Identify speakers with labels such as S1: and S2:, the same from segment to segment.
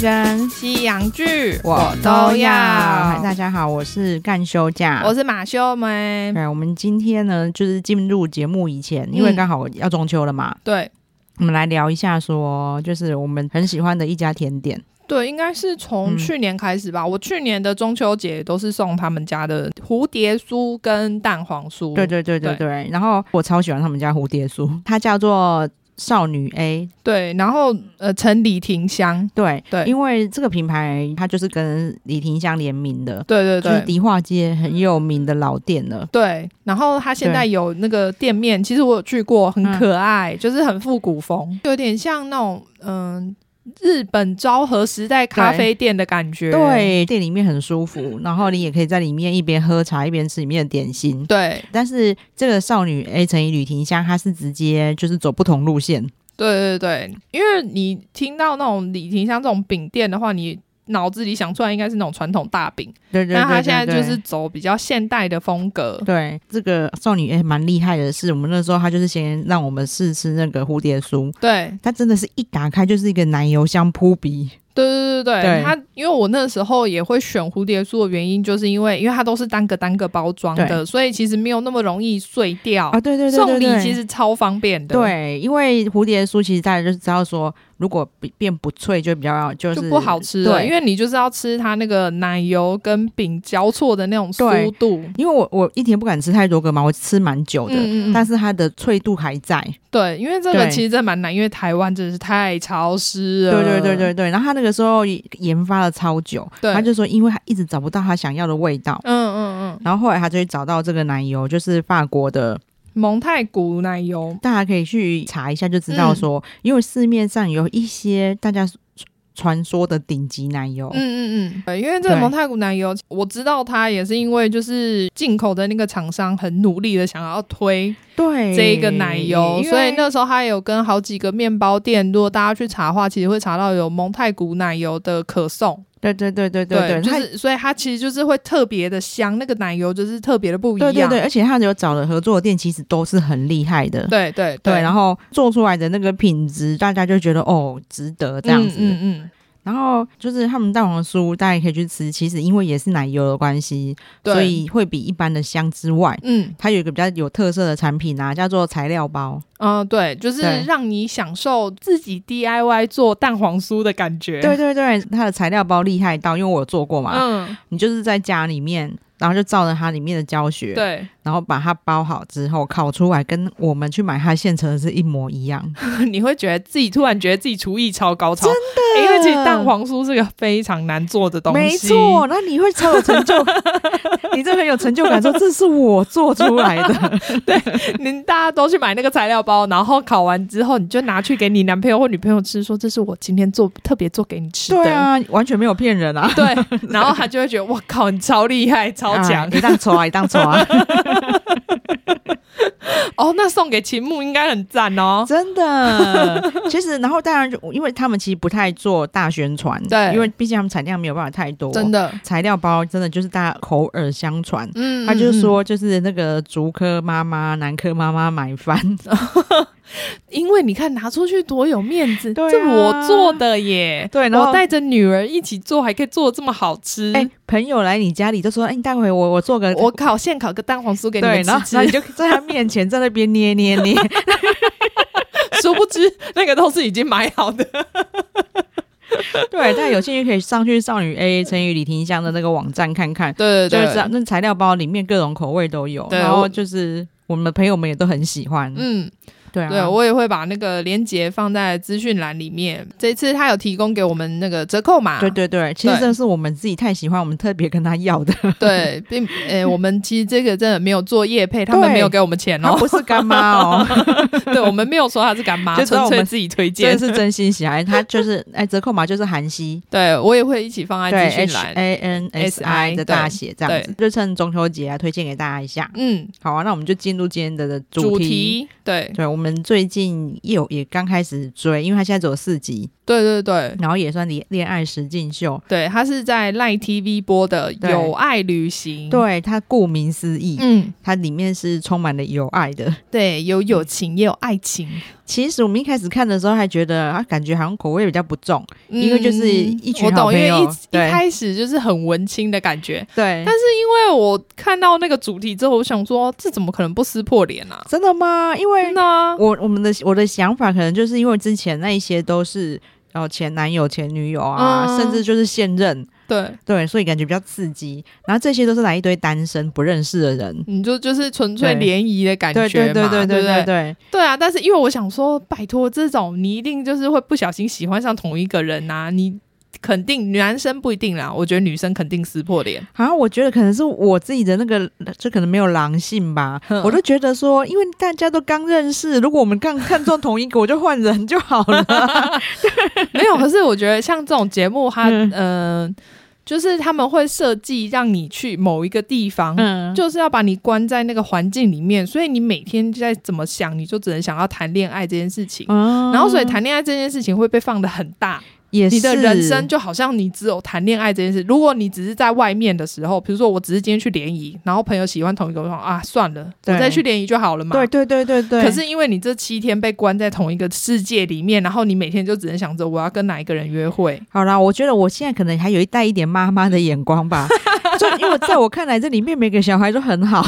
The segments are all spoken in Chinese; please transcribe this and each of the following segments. S1: 跟
S2: 西洋剧
S1: 嗨大家好，我是干休假。
S2: 我是马修梅，
S1: 对，我们今天呢，就是进入节目以前，因为
S2: 嗯
S1: 刚好要中秋了嘛，
S2: 对
S1: 我们来聊一下说，就是我们很喜欢的一家甜点。
S2: 对，应该是从
S1: 嗯
S2: 去年开始吧。我去年的中秋节都是送他们家的蝴蝶酥跟蛋黄酥，
S1: 对对对对
S2: 嗯对
S1: 对。然后我超喜欢他们家蝴蝶酥，它叫做少女 A。
S2: 对然后呃，陈李婷香，
S1: 对
S2: 对
S1: 因为这个品牌它就是跟李廷香联名的，
S2: 对对
S1: 就是
S2: 对。
S1: 迪化街很有名的老店了。
S2: 对，然后它现
S1: 对
S2: 在有那个店面，其实我有去过，很
S1: 嗯
S2: 可爱，就是很复古风，有点像那种嗯、日本昭和时代咖
S1: 对
S2: 啡店的感觉。
S1: 对，店里面很舒服，然后你也可以在里面一边喝茶一边吃里面的点心。
S2: 对
S1: 但是这个少女 A 乘以吕婷香，她是直接就是走不同路线，
S2: 对对对，因为你听到那种李廷香这种饼店的话，你脑子里想出来应该是那种传统大饼，
S1: 对对对
S2: 但他现在
S1: 对
S2: 就是走比较现代的风格。
S1: 对这个少女 A 蛮厉害的是，我们那时候她就是先让我们试吃那个蝴蝶酥，
S2: 对
S1: 它真的是一打开就是一个奶油香扑鼻，
S2: 对对对对，
S1: 对
S2: 他因为我那时候也会选蝴蝶酥的原因，就是因为因为它都是单个单个包装的，
S1: 对
S2: 所以其实没有那么容易碎掉。
S1: 啊，对对对
S2: 哦送
S1: 对对
S2: 礼其实超方便的，，
S1: 对，因为蝴蝶酥其实大家就是知道说，如果比变不脆就比较就是
S2: 就不好吃了，
S1: 对
S2: 因为你就是要吃它那个奶油跟饼交错的那种酥度。
S1: 因为我我一天不敢吃太多个嘛，我吃蛮久的，
S2: 嗯嗯嗯
S1: 但是它的脆度还在。
S2: 对，因为这个
S1: 对
S2: 其实真的蛮难，因为台湾真的是太潮湿了。
S1: 对对对对对。然后他那个时候研发了超久，
S2: 对
S1: 他就说因为他一直找不到他想要的味道，
S2: 嗯嗯嗯，
S1: 然后后来他就去找到这个奶油，就是法国的，
S2: 蒙太古奶油，
S1: 大家可以去查一下就知道说，
S2: 嗯
S1: 因为市面上有一些大家传说的顶级奶油，
S2: 嗯嗯嗯，对，因为这个
S1: 对
S2: 蒙太古奶油，我知道它也是因为就是进口的那个厂商很努力的想要推
S1: 对
S2: 这一个奶油，
S1: 因为
S2: 所以那时候它有跟好几个面包店，如果大家去查的话，其实会查到有蒙太古奶油的可颂，
S1: 对对对对对，
S2: 就
S1: 它
S2: 是所以它其实就是会特别的香，那个奶油就是特别的不一
S1: 对
S2: 样，
S1: 对哎对，而且他有找的合作的店其实都是很厉害的，
S2: 对对
S1: 对然后做出来的那个品质，大家就觉得哦，值得这样子。
S2: 嗯嗯嗯
S1: 然后就是他们蛋黄酥，大家也可以去吃，其实因为也是奶油的关系，
S2: 对
S1: 所以会比一般的香之外。
S2: 嗯
S1: 它有一个比较有特色的产品啊，叫做材料包。
S2: 嗯、呃对，就是
S1: 对
S2: 让你享受自己 DIY 做蛋黄酥的感觉。
S1: 对，对对，它的材料包厉害到，因为我有做过嘛，
S2: 嗯，
S1: 你就是在家里面，然后就照着它里面的教学，，
S2: 对，
S1: 然后把它包好之后烤出来，跟我们去买它现成的是一模一样。
S2: 你会觉得自己突然觉得自己厨艺超高超，真的，因为其实蛋黄酥是个非常难做的东西。
S1: 没错，，那你会超有成就， 你这很有成就感，说这是我做出来 的。
S2: 你大家都去买那个材料包，然后烤完之后，你就拿去给你男朋友或女朋友吃，说这是我今天做特别做给你吃的。
S1: 对啊，完全没有骗人啊。
S2: 对，然后他就会觉得我靠，你超厉害，超 强、
S1: 一档抽啊，一档抽啊，
S2: 哦！那送给秦牧应该很赞哦。
S1: 真 的。其实，然后当然就，因为他们其实不太做大宣传，
S2: 对
S1: 因为毕竟他们产量没有办法太多，
S2: 真
S1: 的。
S2: 的，
S1: 材料包真的就是大家口耳相传，
S2: 嗯
S1: 他就
S2: 嗯嗯
S1: 说就是那个竹科妈妈、南科妈妈买 翻，
S2: 因为你看拿出去多有面子，
S1: 对啊
S2: 这我做的耶。
S1: 对然后
S2: 我带着女儿一起做，还可以做的这么好吃。
S1: 哎、朋友来你家里就说，哎、你带回我，我做个
S2: 我烤现烤个蛋黄酥给你
S1: 对，
S2: 们
S1: 然后
S2: 吃吃
S1: 然后你，就在他面前在那边捏捏 捏，
S2: 殊不 知那个都是已经买好的。
S1: 对，大家有兴趣可以上去少女 A 成语李婷香的那个网站看看，
S2: 对
S1: 就知道那材料包里面各种口味都有，
S2: 对
S1: 然
S2: 我
S1: 后就是我们的朋友们也都很喜欢，
S2: 嗯，
S1: 对啊，
S2: 对，我也会把那个链接放在资讯栏里面。这次他有提供给我们那个折扣码，
S1: 对对对，其实
S2: 对哦
S1: 这是我们自己太喜欢，我们特别跟他要的，
S2: 对并 诶，我们其实这个真的没有做业配，他们
S1: 对
S2: 没有给我们钱
S1: 他
S2: 哦。
S1: 不是干妈哦，
S2: 对，我们没有说他是干 妈，
S1: 就知道
S2: 纯
S1: 我
S2: 粹
S1: 们
S2: 自己推
S1: 真
S2: 荐
S1: 的。是真心喜爱，他就是哎折扣码就是韩熙。
S2: 对，我也会一起放在
S1: 对
S2: 资讯
S1: H
S2: 栏。
S1: A N S I 的大写这样子，就趁中秋节啊，推荐给大家一下。
S2: 嗯，
S1: 好啊，那我们就进入今天的的
S2: 主
S1: 题
S2: 题，对
S1: 对，我们最近也有也刚开始追，因为它现在只有四集，
S2: 对对对
S1: 然后也算恋恋爱实境秀。
S2: 对，它是在赖 TV 播的《
S1: 对
S2: 有爱旅行》。，
S1: 对，它顾名思义，
S2: 嗯，
S1: 它里面是充满了有爱的。
S2: 对，有友情也有爱情，
S1: 其实我们一开始看的时候还觉得啊，感觉好像口味比较不重，
S2: 嗯
S1: 一个就是一群
S2: 我
S1: 好
S2: 懂，因
S1: 朋
S2: 为
S1: 友
S2: 一
S1: 对
S2: 一开始就是很文青的感觉，
S1: 对，
S2: 但是因为我看到那个主题之后，我想说这怎么可能不撕破脸啊？
S1: 真的吗？因为
S2: 真的啊，
S1: 我我们的我的想法可能就是因为之前那一些都是呃前男友、前女友啊，
S2: 嗯
S1: 甚至就是现任，
S2: 对，
S1: 对，所以感觉比较刺激。然后这些都是来一堆单身不认识的人，
S2: 你就就是纯粹
S1: 对
S2: 联谊的感觉
S1: 对
S2: 嘛，
S1: 对对对
S2: 对不
S1: 对对，
S2: 对啊，但是因为我想说，拜托，这种你一定就是会不小心喜欢上同一个人呐、你肯定男生不一定啦，我觉得女生肯定撕破 脸。
S1: 好啊像我觉得可能是我自己的那个，就可能没有狼性吧
S2: 哼。
S1: 我就觉得说，因为大家都刚认识，如果我们刚看中同一个，我就换人就好了。
S2: 没有，可是我觉得像这种节目，它
S1: 嗯
S2: 嗯、呃就是他们会设计让你去某一个地方。
S1: 嗯， 就
S2: 就是要把你关在那个环境里面，所以你每天在怎么想，你就只能想要谈恋爱这件事情。
S1: 嗯
S2: 然后，所以谈恋爱这件事情会被放得很大，
S1: 也是
S2: 你的人生就好像你只有谈恋爱这件事。如果你只是在外面的时候，比如说我只是今天去联谊，然后朋友喜欢同一个地方啊，算了，我
S1: 对
S2: 再去联谊就好了嘛。
S1: 对。对对对对。
S2: 可是因为你这七天被关在同一个世界里面，然后你每天就只能想着我要跟哪一个人约会。
S1: 好啦，我觉得我现在可能还有一带一点妈妈的眼光 吧，就因为在我看来，这里面每个小孩都很好，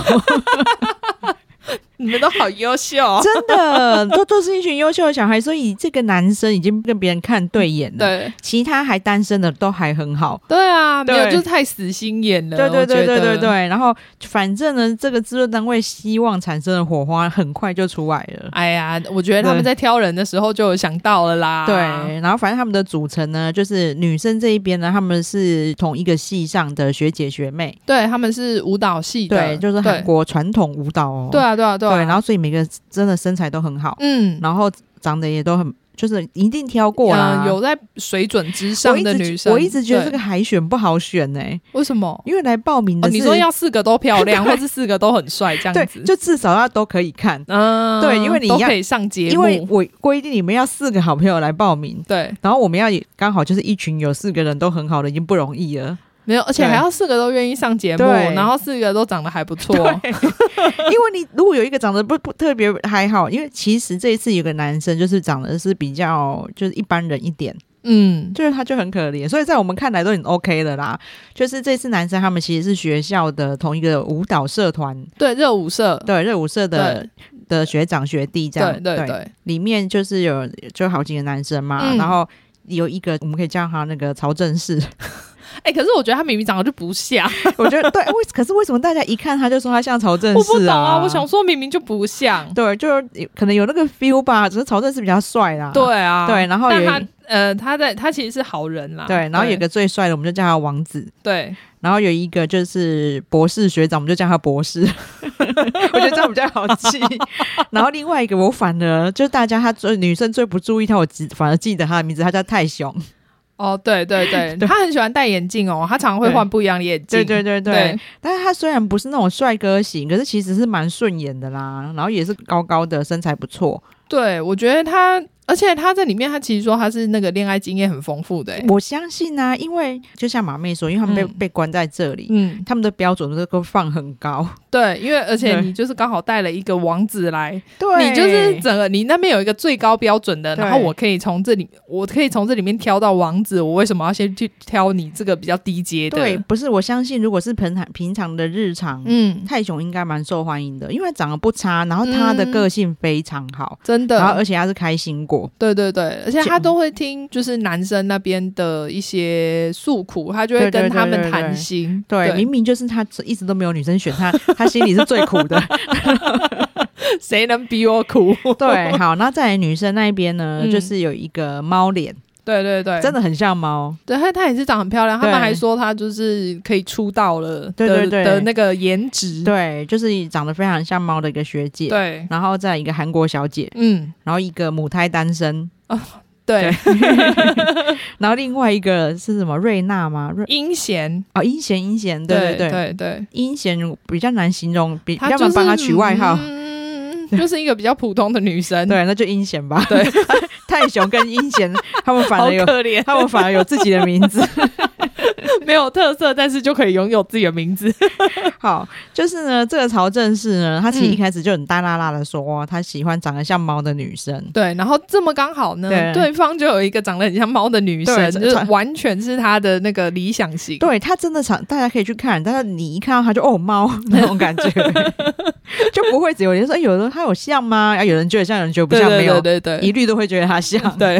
S2: 你们都好优秀 哦，
S1: 真的都都是一群优秀的小孩，所以这个男生已经跟别人看嗯对眼了，
S2: 对
S1: 其他还单身的都还很好。
S2: 对啊，没有
S1: 对
S2: 就是太死心眼了。
S1: 对对对对对
S2: 我觉得。
S1: 对，然后反正呢，这个制作单位希望产生的火花很快就出来了。
S2: 哎呀，我觉得他们在挑人的时候就有想到了啦。
S1: 对，然后反正他们的组成呢，就是女生这一边呢，他们是同一个系上的学姐学妹，
S2: 对，他们是舞蹈系的，
S1: 对，就是韩国传统舞蹈哦，
S2: 对。对啊，对啊，对
S1: 对，
S2: 啊。
S1: 然后所以每个真的身材都很好，
S2: 嗯，
S1: 然后长得也都很，就是一定挑过啦。
S2: 嗯有在水准之
S1: 我
S2: 上
S1: 一
S2: 的
S1: 直
S2: 女
S1: 觉
S2: 生，
S1: 我一直觉得这
S2: 对
S1: 个海选不好选呢、欸
S2: 为什么？
S1: 因为来报名
S2: 哦，
S1: 的是、
S2: 你说要四个都漂 亮，或是四个都很帅这样子
S1: 对，？就至少要都可以看，
S2: 嗯，
S1: 对因为你
S2: 都
S1: 要
S2: 可以上节目，
S1: 因为我规定你们要四个好朋友来报名，
S2: 对
S1: 然后我们要也刚好就是一群有四个人都很好的，已经不容易 了。
S2: 没有，而且
S1: 对
S2: 还要四个都愿意上节目，
S1: 对
S2: 然后四个都长得还不错，
S1: 因为你如果有一个长得不不特别还好，因为其实这一次有个男生就是长得是比较就是一般人一点，
S2: 嗯，
S1: 就是他就很可怜，所以在我们看来都很 OK 了啦。就是这次男生他们其实是学校的同一个舞蹈社团，
S2: 对，热舞社，
S1: 对热舞社的的学长学弟这样，
S2: 对对对，
S1: 里面就是有就好几个男生嘛，
S2: 嗯
S1: 然后。有一个，我们可以叫他那个曹正奭，
S2: 哎，可是我觉得他明明长得就不像，
S1: 我觉得对，为可是为什么大家一看他就说他像曹正
S2: 我不
S1: 奭
S2: 懂
S1: 啊？
S2: 啊，我想说明明就不像，
S1: 对，就是可能有那个 feel 吧，只是曹正奭比较帅啦。
S2: 对啊，
S1: 对，，然后有一
S2: 但他呃，他在他其实是好人啦，
S1: 对，然后有一个最帅的，我们就叫他王子，
S2: 对，
S1: 然后有一个就是博士学长，我们就叫他博 士， 我觉得这样比较好记。然后另外一个我反而就是大家他最女生最不注意他，我记反而记得他的名字，他叫泰 雄。
S2: 哦，对对 对，他很喜欢戴眼镜哦，他常常会
S1: 对
S2: 换不一样的眼镜，
S1: 对对对对，
S2: 对
S1: 但是他虽然不是那种帅哥型，可是其实是蛮顺眼的啦，然后也是高高的，身材不错。
S2: 对，我觉得他，而且他在里面，他其实说他是那个恋爱经验很丰富的、欸，
S1: 我相信啊，因为就像马妹说，因为他们被、
S2: 嗯
S1: 被关在这里。
S2: 嗯，
S1: 他们的标准都都放很 高，
S2: 对，因为而且
S1: 对
S2: 你就是刚好带了一个王子来，
S1: 对
S2: 你就是整个你那边有一个最高标准的，
S1: 对
S2: 然后我可以从这里，我可以从这里面挑到王子，我为什么要先去挑你这个比较低阶的？
S1: 对，，不是我相信，如果是平常平常的日常，
S2: 嗯，
S1: 泰雄应该蛮受欢迎的，因为他长得不差，然后他
S2: 嗯
S1: 的个性非常好，
S2: 真
S1: 然后
S2: 的
S1: 而，且他是开心果，
S2: 对对对，而且他
S1: 就嗯
S2: 都会听，就是男生那边的一些诉苦，他就会
S1: 对对
S2: 跟
S1: 对
S2: 他们
S1: 对对
S2: 谈心，
S1: 对，明明就是他一直都没有女生选他，他心里是最苦 的。
S2: 谁能比我苦？
S1: 对，好，那在女生那一边呢，
S2: 嗯
S1: 就是有一个猫脸，
S2: 对对对，
S1: 真的很像猫。
S2: 对，她她也是长很漂亮，他们
S1: 对
S2: 还说她就是可以出道了的
S1: 对对对
S2: 的那个颜值，
S1: 对，就是长得非常像猫的一个学姐，
S2: 嗯对
S1: 然后再一个韩国小姐，
S2: 嗯，
S1: 然后一个母胎单身，
S2: 对，
S1: 然后另外一个是什么瑞娜吗？瑞
S2: 阴险，
S1: 哦，阴险阴险， 对对
S2: 对对对，
S1: 阴险比较难形容，比
S2: 她
S1: 要不
S2: 就
S1: 然
S2: 是
S1: 帮他取外号。
S2: 嗯，就是一个比较普通的女生，
S1: 对，那就阴险吧。
S2: 对，
S1: 泰雄跟阴险，他们反
S2: 好
S1: 而有，
S2: 可怜，
S1: 他们反而有自己的名字。
S2: 没没有特色，但是就可以拥有自己的名字。
S1: 好，就是呢，这个曹正式呢，他其
S2: 嗯
S1: 实一开始就很大啦啦的说，他喜欢长得像猫的女生。
S2: 对，然后这么刚好呢，
S1: 对
S2: 对方就有一个长得很像猫的女生，
S1: 对
S2: 就是完全是他的那个理想型。
S1: 对他真的长，大家可以去看，但是你一看到他就哦猫 那种 感觉，就不会只有人说、哎有的他有像吗？啊，有人觉得像，有人觉得不
S2: 对
S1: 像，
S2: 对
S1: 没有，
S2: 对对对
S1: 一律都会觉得他像。
S2: 对，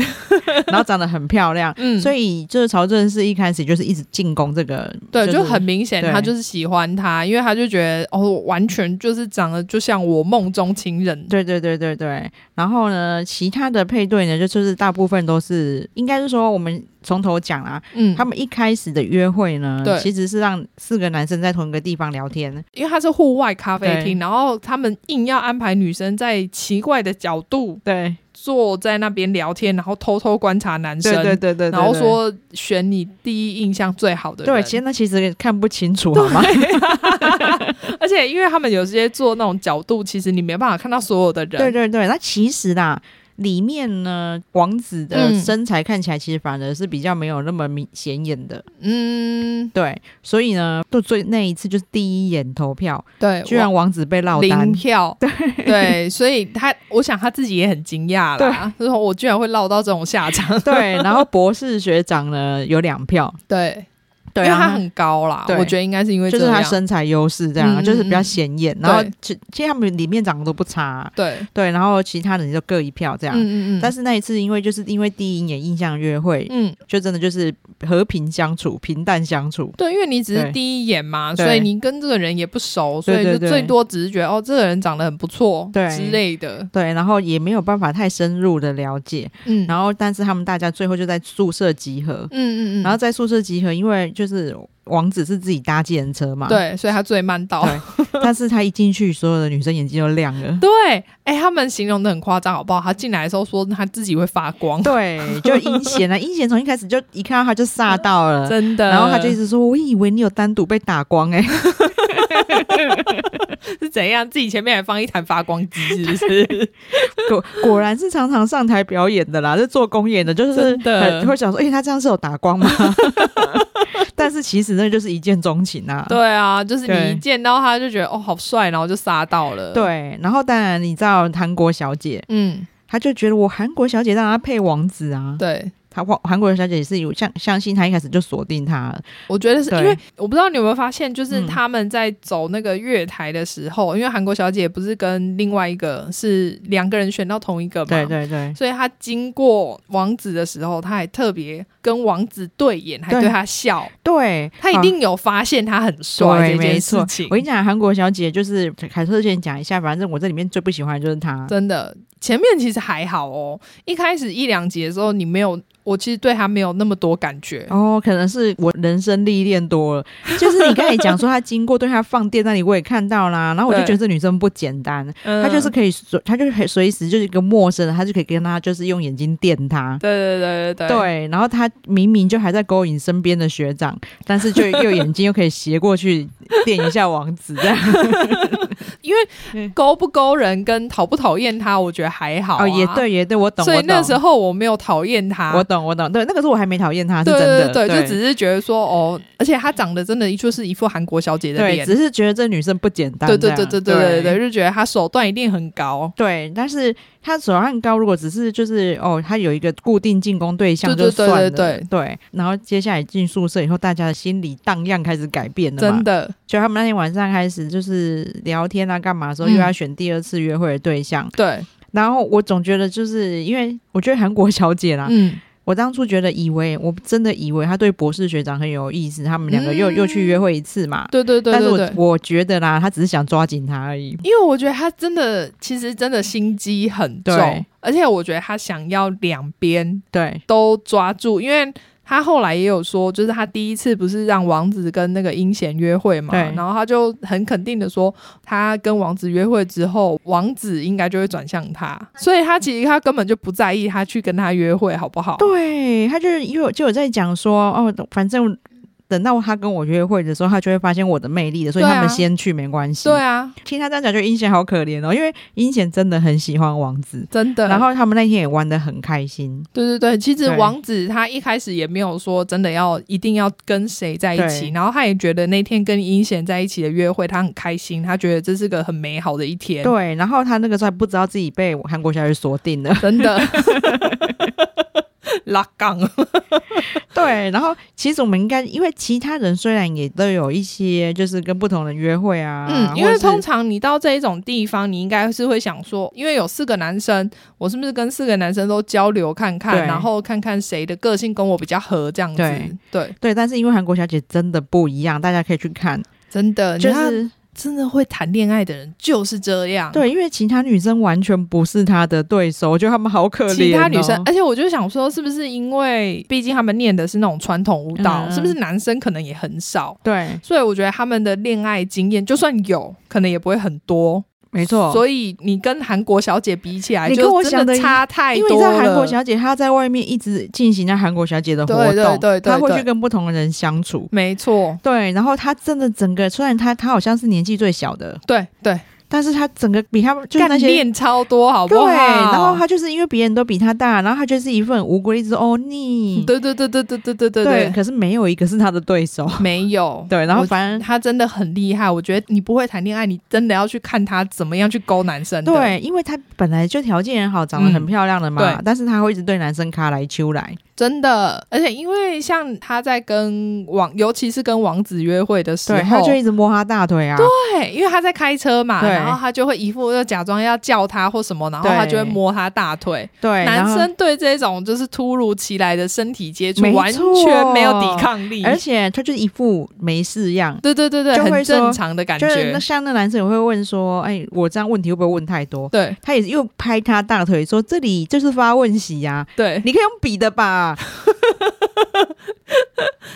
S1: 然后长得很漂亮，
S2: 嗯
S1: 所以就是曹正是一开始就是一直进攻这个，
S2: 对，
S1: 就是
S2: 就很明显，
S1: 对
S2: 他就是喜欢他，因为他就觉得哦，我完全就是长得就像我梦中情人。
S1: 对对对对对。然后呢，其他的配对呢，就就是大部分都是，应该是说我们从头讲啊，
S2: 嗯，
S1: 他们一开始的约会呢
S2: 对，
S1: 其实是让四个男生在同一个地方聊天，
S2: 因为他是户外咖啡
S1: 对
S2: 厅，然后他们硬要安排女生在奇怪的角度
S1: 对
S2: 坐在那边聊天，然后偷偷观察男生，
S1: 对对对对对，
S2: 然后说选你第一印象最好的人。
S1: 对，其实那其实也看不清 楚好吗？
S2: 而且因为他们有些做那种角度，其实你没办法看到所有的人。
S1: 对对对，那其实啦。里面呢，王子的
S2: 嗯
S1: 身材看起来其实反而是比较没有那么明显眼的，
S2: 嗯，
S1: 对，所以呢，就最那一次就是第一眼投票，
S2: 对，
S1: 居然王子被
S2: 哎我
S1: 落单
S2: 零，票，对所以他，我想他自己也很惊讶啦，就是我居然会落到这种下场。
S1: 对，然后博士学长呢有两票，
S2: 对，
S1: 对
S2: 因为
S1: 然后
S2: 他很高啦，
S1: 对
S2: 我觉得应该是因为
S1: 就
S2: 这
S1: 是他
S2: 样。
S1: 身材优势这样，啊
S2: 嗯
S1: 就是比较
S2: 嗯
S1: 显眼，然后
S2: 对
S1: 其其实他们里面长得都不差啊、
S2: 对，
S1: 对，然后其他人就各一票这样。
S2: 嗯嗯嗯，
S1: 啊但
S2: 是
S1: 是那一次，因为就是因为第一眼印象约会，
S2: 嗯。
S1: 就真的就是和平相处、平淡相处。
S2: 对，因为你只
S1: 对
S2: 是第一眼嘛，
S1: 对
S2: 所以你跟这个人也不熟，所以
S1: 对对
S2: 就
S1: 对
S2: 最多只是觉得哦，这个人长得很不错，
S1: 对
S2: 之类的。
S1: 对，然后也没有办法太深入的了解，
S2: 嗯，
S1: 然后但是他们大家最后就在宿舍集合，
S2: 嗯嗯嗯，
S1: 然后在宿舍集合，因为就是王子是自己搭计程车嘛，，
S2: 对，所以他最慢到。，
S1: 但是他一进去，所有的女生眼睛都亮了
S2: 对，哎、他们形容的很夸张，好不好？他进来的时候说他自己会发 光，
S1: 对，就阴险啊，阴险从一开始就一看到他就吓到了，
S2: 真的。
S1: 然后他 就一直说，我以为你有单独被打光哎、欸
S2: 是怎样，自己前面还放一台发光机，是不是？
S1: 果果然是常常上台表演的啦，是做公演的，就是
S2: 真的
S1: 很会想说，哎、他这样是有打光吗？ 但是其实那就是一见钟情啊，
S2: 对啊，就是
S1: 对
S2: 你一见到他就觉得哦好帅，然后就杀到了。，
S1: 对，然后当然你知道韩国小姐，
S2: 嗯，
S1: 她就觉得我韩国小姐让她配王子啊，
S2: 对。
S1: 她韩韩国小姐也是有相相信她一开始就锁定他了，
S2: 我觉得是
S1: 对
S2: 因为我不知道你有没有发现，就是
S1: 嗯
S2: 他们在走那个月台的时候，因为韩国小姐不是跟另外一个是两个人选到同一个嘛，
S1: 对对对。
S2: 所以她经过王子的时候，她还特别跟王子对眼，还
S1: 对
S2: 对他笑，
S1: 对
S2: 他一
S1: 好
S2: 定有发现他很帅
S1: 对，
S2: 这
S1: 没
S2: 件
S1: 错
S2: 事。情
S1: 我。跟你讲，韩国小姐就是凯特先讲一下，反正我这里面最不喜欢的就是她。
S2: 真的，前面其实还好哦。一开始一两集的时候，你没有，我其实对他没有那么多感觉。
S1: 哦，可能是我人生历练多了，就是你刚才讲说她经过对她放电那里，我也看到啦，然后我就
S2: 对
S1: 觉得这女生不简单，
S2: 嗯
S1: 她就是可以随，她就可以随时就是一个陌生人，她就可以跟她就是用眼睛电她。
S2: 对嗯对对对对
S1: 对，然后她明明就还在勾引身边的学长，但是就右眼睛又可以斜过去电一下王子，这样
S2: 勾不勾人跟讨不讨厌他，我觉得还好、啊。
S1: 哦，也。对也对，我懂，
S2: 所以
S1: 我懂
S2: 那时候我没有讨厌他，
S1: 我懂我懂，对，那个时候我还没讨厌他，是
S2: 对
S1: 真的，
S2: 对对对，就只是觉得说哦，而且他长得真的就是一副韩国小姐的
S1: 对，
S2: 脸，
S1: 只是觉得这女生不简单这
S2: 对
S1: 样，
S2: 对对对对对对，就觉得他手段一定很高，
S1: 对，但是他手汗高，如果只是就是哦，他有一个固定进攻对象
S2: 对
S1: 就
S2: 对
S1: 算了，
S2: 对对对
S1: 然后接下来进宿舍以后，大家的心理荡漾开始改变了嘛，
S2: 真的，
S1: 就他们那天晚上开始就是聊天啊，干嘛的时候又
S2: 嗯
S1: 要选第二次约会的对象，
S2: 对，
S1: 然后我总觉得就是因为我觉得韩国小姐啦，
S2: 嗯，
S1: 我当初觉得以为我真的以为她对博士学长很有意思，他们两个又、
S2: 嗯
S1: 又去约会一次嘛。
S2: 对对对
S1: 但是
S2: 对
S1: 我
S2: 对，
S1: 我觉得啦，她只是想抓紧他而已。
S2: 因为我觉得他真的，其实真的心机很
S1: 对
S2: 重，而且我觉得他想要两边
S1: 对，
S2: 都抓住，因为他后来也有说，就是他第一次不是让王子跟那个阴险约会嘛，
S1: 对
S2: 然后他就很肯定的说，他跟王子约会之后，王子应该就会转向他，所以他其实他根本就不在意他去跟他约会好不好？
S1: 对他就是因为就有在讲说哦，反正等到他跟我约会的时候，他就会发现我的魅力了，所以
S2: 对啊
S1: 他们先去没关系。
S2: 对啊，
S1: 听他这样讲，就英贤好可怜哦，因为英贤真的很喜欢王子，
S2: 真的。
S1: 然后他们那天也玩的很开心。
S2: 对对对，其实
S1: 对
S2: 王子他一开始也没有说真的要一定要跟谁在一起，
S1: 对
S2: 然后他也觉得那天跟英贤在一起的约会，他很开心，他觉得这是个很美好的一天。
S1: 对，然后他那个时候还不知道自己被韩国小姐锁定 了。
S2: 真 的。拉杠，
S1: 啊对，然后其实我们应该，因为其他人虽然也都有一些就是跟不同人约会啊，
S2: 嗯，因
S1: 或
S2: 为
S1: 者是
S2: 通常你到这一种地方，你应该是会想说，因为有四个男生，我是不是跟四个男生都交流看看，
S1: 对
S2: 然后看看谁的个性跟我比较合，这样子。
S1: 对
S2: 对，
S1: 对，但是因为韩国小姐真的不一样，大家可以去看，
S2: 真的，
S1: 就
S2: 呃你看
S1: 是
S2: 真的会谈恋爱的人就是这样。
S1: 对，因为其他女生完全不是她的对手，我觉得她们好可怜、哦。
S2: 其他女生，哎而且我就想说，是不是因为毕竟他们念的是那种传统舞蹈，
S1: 嗯
S2: 是不是男生可能也很少？
S1: 对，
S2: 所以我觉得他们的恋爱经验，就算有可能也不会很多。
S1: 没错。
S2: 所以你跟韩国小姐比起来，
S1: 你
S2: 就
S1: 跟我
S2: 真
S1: 想的一
S2: 差太
S1: 因
S2: 多
S1: 为
S2: 了。
S1: 你知道韩国小姐她在外面一直进行那韩国小姐的活动，
S2: 对对对对
S1: 她会
S2: 对
S1: 去跟不同的人相处。
S2: 没错，
S1: 对，然后她真的整个，虽然她她好像是年纪最小的，
S2: 对对，
S1: 但是她整个比他们就是那
S2: 干
S1: 些
S2: 练超多，好不好？
S1: 对，然后她就是因为别人都比她大，然后她就是一份无辜，一直哦你
S2: 对对对对对对对对
S1: 对，可是没有一个是她的对手。
S2: 没有
S1: 对，然后
S2: 我
S1: 反正
S2: 他真的很厉害，我觉得你不会谈恋爱，你真的要去看他怎么样去勾男生的。
S1: 对，因为她本来就条件很好，长得很
S2: 嗯
S1: 漂亮的嘛，
S2: 对
S1: 但是她会一直对男生卡来秋来。
S2: 真的，而且因为像他在跟王，尤其是跟王子约会的时
S1: 对，
S2: 候
S1: 她，就一直摸她大腿啊。对，
S2: 对，因为他在开车嘛，
S1: 对
S2: 然后他就会一副要假装要叫他或什么，然后
S1: 对
S2: 他就会摸他大腿。
S1: 然
S2: 男
S1: 后
S2: 生对这种就是突如其来的身体接触
S1: 没错
S2: 完全没有抵抗力，
S1: 而且他就是一副没事样。
S2: 对对对对，
S1: 就会
S2: 很
S1: 说
S2: 正常的感
S1: 就是
S2: 觉
S1: 那。像那男生也会问说：“哎、我这样问题会不会问太多
S2: 对？”
S1: 他也是又拍他大腿说：“这里就是发问席 呀、
S2: 对，
S1: 你可以用笔的吧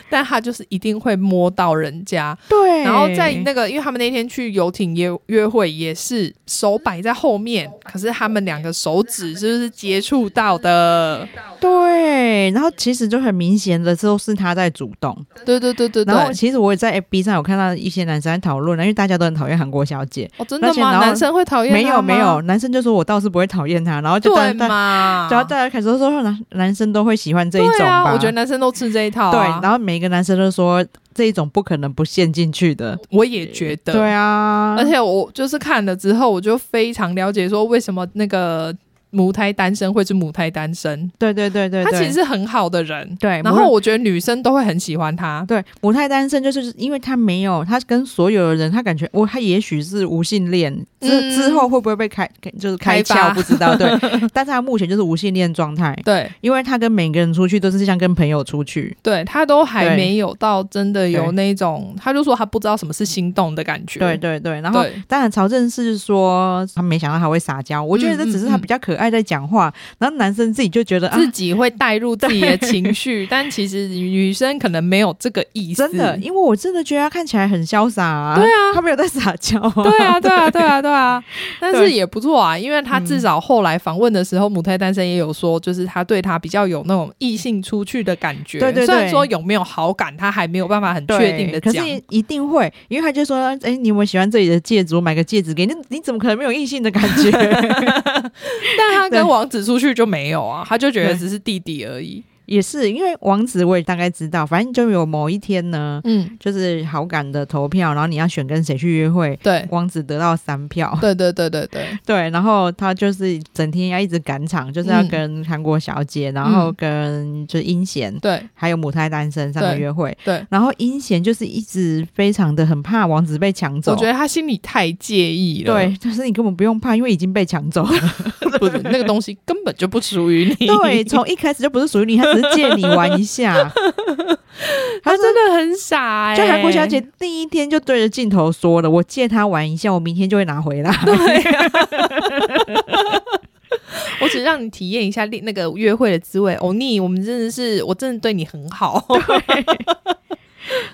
S2: 但他就是一定会摸到人家，？”
S1: 对，
S2: 然后在那个，因为他们那天去游艇约约会也是手摆在后面，可是他们两个手指就是接触到的，
S1: 对，然后其实就很明显的都是他在主动。
S2: 对对对对对
S1: 然。后其实我也在 FB 上有看到一些男生在讨论，啊因为大家都很讨厌韩国小姐，
S2: 哦，真的
S1: 而且然
S2: 吗？
S1: 后
S2: 男生会讨厌
S1: 没
S2: 他
S1: 有
S2: 吗
S1: 没有，，男生就说我倒是不会讨厌他，然后就大
S2: 对
S1: 家
S2: 嘛？
S1: 然后大家开始都说哦男男生都会喜欢这一种
S2: 对
S1: 吧，
S2: 啊，我觉得男生都吃这一套、
S1: 对，
S2: 啊。
S1: 然后每一个男生都说这一种不可能不陷进去的。
S2: 我也觉得。
S1: 对啊，
S2: 而且我就是看了之后，我就非常了解说为什么那个母胎单身会是母胎单身，
S1: 对对对对，
S2: 他
S1: 对
S2: 其实是很好的人。
S1: 对，
S2: 然
S1: 母
S2: 后我觉得女生都会很喜欢他，
S1: 对母胎单身，就是因为他没有，他跟所有的人，他感觉我他也许是无性恋，之、
S2: 嗯
S1: 之后会不会被开就是开
S2: 开发
S1: 窍不知道， 对，但是他目前就是无性恋状态。
S2: 对
S1: 因为他跟每个人出去都是像跟朋友出去，
S2: 对，他都还
S1: 对
S2: 没有到真的有
S1: 对
S2: 那种，他就说他不知道什么是心动的感觉。
S1: 对对对，然后
S2: 对
S1: 当然曹正是说他没想到他会撒娇，我觉得
S2: 嗯
S1: 这只是
S2: 嗯
S1: 他
S2: 嗯
S1: 比较可爱在讲话，然后男生自己就觉得啊
S2: 自己会带入自己的 情绪，但其实女生可能没有这个意思。
S1: 真的，因为我真的觉得他看起来很潇洒、啊。
S2: 对啊
S1: 他没有在撒娇、啊。
S2: 对啊，对啊，对啊，对啊，但是
S1: 对嗯
S2: 也不错啊，因为他至少后来访问的时候，母胎单身也有说，就是他对他比较有那种异性出去的感觉。
S1: 对对对
S2: 虽然说有没有好感，他还没有办法很
S1: 对
S2: 确定的
S1: 可
S2: 讲。
S1: 是一定会，因为他就说：“哎、你有没有喜欢这里的戒指？我买个戒指给你。你”你怎么可能没有异性的感觉？
S2: 但他
S1: 对
S2: 跟王子出去就没有啊，他就觉得
S1: 对
S2: 只是弟弟而已。
S1: 也是因为王子，我也大概知道，反正就有某一天呢，
S2: 嗯，
S1: 就是好感的投票，然后你要选跟谁去约会，
S2: 对，
S1: 王子得到三票。
S2: 对对对对对，
S1: 对，然后他就是整天要一直赶场，就是
S2: 嗯
S1: 要跟韩国小姐，然后跟就是英贤，
S2: 对
S1: 还有母胎单身上面
S2: 对
S1: 约会。
S2: 对。
S1: 然后阴贤就是一直非常的很怕王子被抢走，
S2: 我觉得他心里太介意了。
S1: 对，但是你根本不用怕，因为已经被抢走了。
S2: 不是那个东西根本就不属于你。
S1: 对，从一开始就不是属于你，他只是借你玩一下。他
S2: 他
S1: 真
S2: 真
S1: 的，
S2: 的很傻、欸。
S1: 就韩国小姐第一天就对着镜头说了：“我借他玩一下，我明天就会拿回来。
S2: 对、啊，我只让你体验一下那
S1: 哦
S2: 个约会的滋味。欧尼，我们真的是，我真的对你很好。”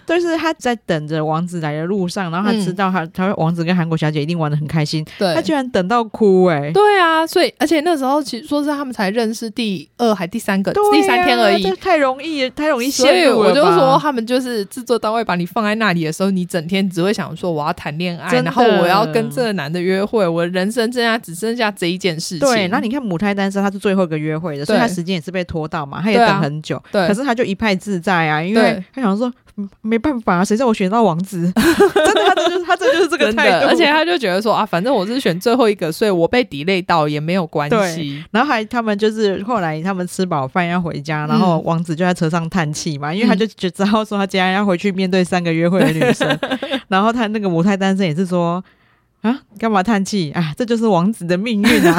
S1: 就是他在等着王子来的路上，然后他
S2: 嗯
S1: 知道他、他王子跟韩国小姐一定玩的很开心，
S2: 对，
S1: 他居然等到哭哎、
S2: 对啊，所以而且那时候其实说是他们才认识第二还第三个、
S1: 对啊
S2: 呃第三天而已
S1: 这，太容易太容易
S2: 所以
S1: 陷入
S2: 我
S1: 了吧
S2: 就说，他们就是制作单位把你放在那里的时候，你整天只会想说我要谈恋爱，
S1: 真的
S2: 然后我要跟这个男的约会，我人生剩下只剩下这一件事情。
S1: 对，那你看母胎单身，他是最后一个约会的，所以
S2: 对
S1: 他时间也是被拖到嘛，他也
S2: 对啊
S1: 等很久，
S2: 对
S1: 可是他就一派自在啊，因为
S2: 对
S1: 他想说嗯没办法、啊，谁叫我选到王子， 真的，他这就是他这就是这个
S2: 真
S1: 态度，
S2: 的，而且他就觉得说啊，反正我是选最后一个，所以我被 delay 到也没有关 系。
S1: 然后还他们就是后来他们吃饱饭要回家，然
S2: 嗯
S1: 后王子就在车上叹气嘛，因为他就觉知道说他今天要回去面对三个约会的女 生，然后他那个母胎单身也是说。啊，干嘛叹气啊？这就是王子的命运 啊！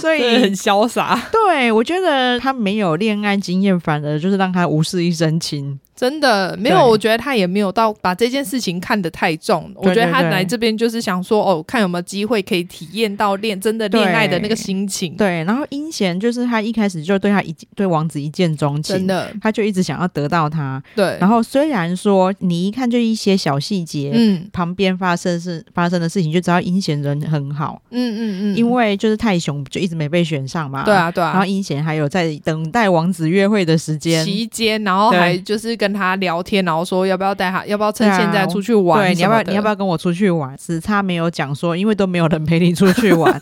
S1: 所
S2: 对，
S1: 以
S2: 很，潇洒，
S1: 对我觉得他没有恋爱经验，反而就是让他无事一身轻。
S2: 真的没有。
S1: 对
S2: 我觉得他也没有到把这件事情看得太重。
S1: 对
S2: 我觉得他
S1: 对对
S2: 来这边就是想说，哦，看有没有机会可以体验到恋真的恋爱的那个心情。
S1: 对，然后阴贤就是他一开始就对他一对王子一见钟
S2: 真
S1: 情，
S2: 的，
S1: 他就一直想要得到他，
S2: 对，
S1: 然后虽然说你一看就一些小细节，
S2: 嗯
S1: 旁边发生是发生的事情，就知道阴险人很好，
S2: 嗯嗯嗯，
S1: 因为就是泰雄就一直没被选上嘛。
S2: 对。啊对啊，
S1: 然后阴险还有在等待王子约会的时间，
S2: 期间，然后
S1: 对
S2: 还就是跟他聊天，然后说要不要带他，要不要趁
S1: 对啊
S2: 现在出去玩、
S1: 对，你要不要你要不要？跟我出去玩？只差没有讲说，因为都没有人陪你出去 玩。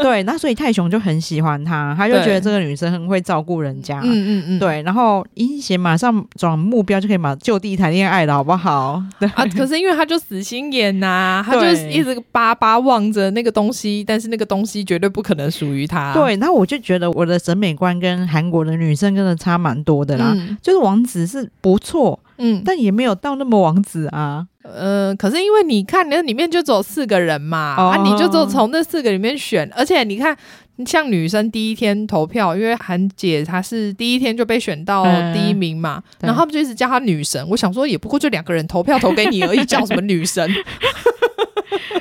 S1: 对，那所以泰雄就很喜欢她，他就
S2: 对
S1: 觉得这个女生很会照顾人家。
S2: 嗯嗯嗯，
S1: 对，然后阴险马上转目标就可以马就地谈恋爱了，好不好？对
S2: 啊，可是因为他就死心眼 呐、他就
S1: 对
S2: 一直巴巴望着那个东西，但是那个东西绝对不可能属于他。
S1: 对，那我就觉得我的审美观跟韩国的女生真的差蛮多的啦。
S2: 嗯
S1: 就是王子是不错，
S2: 嗯，
S1: 但也没有到那么王子啊。
S2: 呃，可是因为你看，那里面就只有四个人嘛，
S1: 哦
S2: 啊，你就只有从那四个里面选，而且你看，像女生第一天投票，因为韩姐她是第一天就被选到
S1: 嗯
S2: 第一名嘛，
S1: 对
S2: 然后他们就一直叫她女神，我想说也不过就两个人投票投给你而已，叫什么 女神？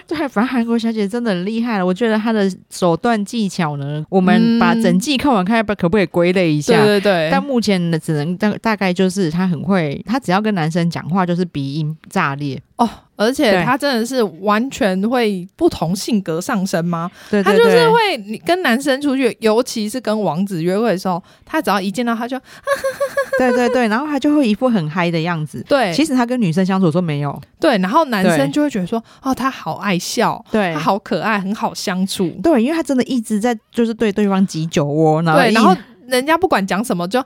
S1: 对，反正韩国小姐真的很厉害了。我觉得她的手段技巧呢，我们把
S2: 嗯
S1: 整季看完，看要不可不可以归类一
S2: 对
S1: 下。
S2: 对对，
S1: 啊但目前呢，只能大大概就是她很会，她只要跟男生讲话就是鼻音炸裂。
S2: 哦，而且
S1: 对
S2: 她真的是完全会不同性格上升吗？
S1: 对
S2: 她
S1: 对
S2: 就
S1: 对，
S2: 是会，你跟男生出去，尤其是跟王子约会的时候，她只要一见到他就
S1: 对对对，然后她就会一副很嗨的样子。
S2: 对
S1: 其实她跟女生相处说没有，
S2: 对，然后男
S1: 对
S2: 生就会觉得说，哦，他好爱笑，
S1: 对
S2: 他好可爱，很好相处。
S1: 对，因为她真的一直在就是对对方挤酒窝，然后
S2: 对，
S1: 一
S2: 然 后人家不管讲什么，就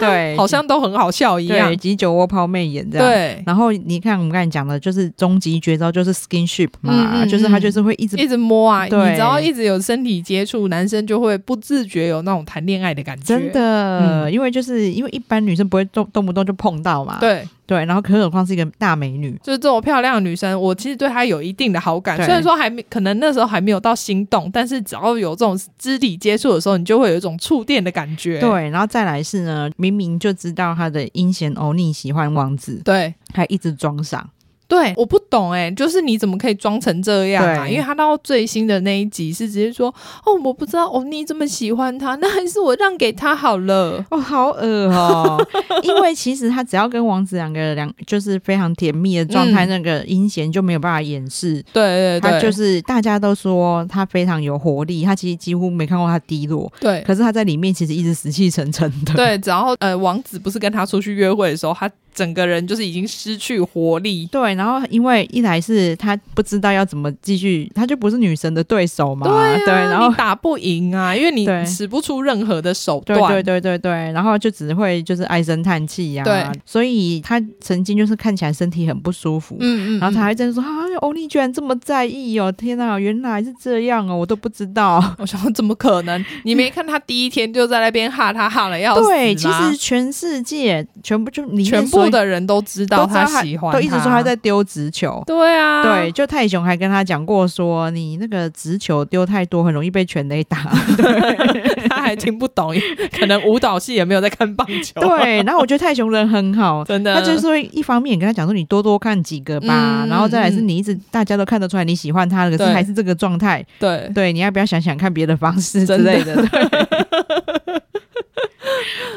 S1: 对
S2: 好像都很好笑一样
S1: 对。挤酒窝抛媚眼这样。
S2: 对，
S1: 然后你看我们刚才讲的，就是终极绝招就是 skinship 嘛，
S2: 嗯嗯
S1: 就是他就是会一直
S2: 一直摸啊，
S1: 对
S2: 你只要一直有身体接触，男生就会不自觉有那种谈恋爱的感觉。
S1: 真，的，因为就是因为一般女生不会动动不动就碰到嘛，
S2: 嗯对，
S1: 对，然后更何况是一个大美女，
S2: 就是这种漂亮的女生，我其实对她有一定的好感。
S1: 对
S2: 虽然说还没，可能那时候还没有到心动，但是只要有这种肢体接触的时候，你就会有一种触电的感觉。
S1: 对，然后再来是呢，明明就知道她的阴险欧尼喜欢王子，
S2: 对，
S1: 还一直装傻，
S2: 对，我不懂哎、就是你怎么可以装成这样啊？
S1: 对
S2: 因为他到最新的那一集是直接说，哦，我不知道欧尼这么喜欢他，那还是我让给他好了。
S1: 哦，好恶 哦，因为其实她只要跟王子两个两就是非常甜蜜的状态，
S2: 嗯
S1: 那个阴险就没有办法掩饰。
S2: 对对
S1: 她
S2: 对，
S1: 就是大家都说她非常有活力，她其实几乎没看过她低落，
S2: 对
S1: 可是他在里面其实一直死气沉沉的。
S2: 对，然后呃，王子不是跟他出去约会的时候，他整个人就是已经失去活力。
S1: 对，然后因为一来是他不知道要怎么继续，他就不是女神的对手嘛，
S2: 对啊，
S1: 然后
S2: 你。打不赢啊，因为你
S1: 对
S2: 使不出任何的手
S1: 对
S2: 段。
S1: 对对对对，然后就只会就是唉声叹气呀、
S2: 对，
S1: 所以他曾经就是看起来身体很不舒服，啊
S2: 嗯嗯，
S1: 然后他
S2: 嗯
S1: 还在说、啊，欧尼居然这么在意哦，天哪，原来是这样哦，我都不知 道。
S2: 我想说怎么可能？你没看他第一天就在那边哈他哈了要死
S1: 对，其
S2: 吗
S1: 实全世界全部就里面
S2: 全
S1: 所
S2: 部
S1: 有
S2: 的人都知道
S1: 都知道
S2: 他
S1: 他
S2: 喜欢，
S1: 都一直说他在丢直球，
S2: 对啊，
S1: 对，，就泰雄还跟他讲过说，你那个直球丢太多，很容易被全垒打。
S2: 他还听不懂，可能舞蹈系也没有在看棒球。，
S1: 对，然后我觉得泰雄人很好。
S2: 真的，
S1: 他就是会一方面跟他讲说你多多看几个吧，
S2: 嗯
S1: 然后再来是
S2: 嗯
S1: 你一直大家都看得出来你喜欢他，可是
S2: 对
S1: 还是这个状态，
S2: 对
S1: 对，你要不要想想看别的方式之
S2: 真的
S1: 类的？对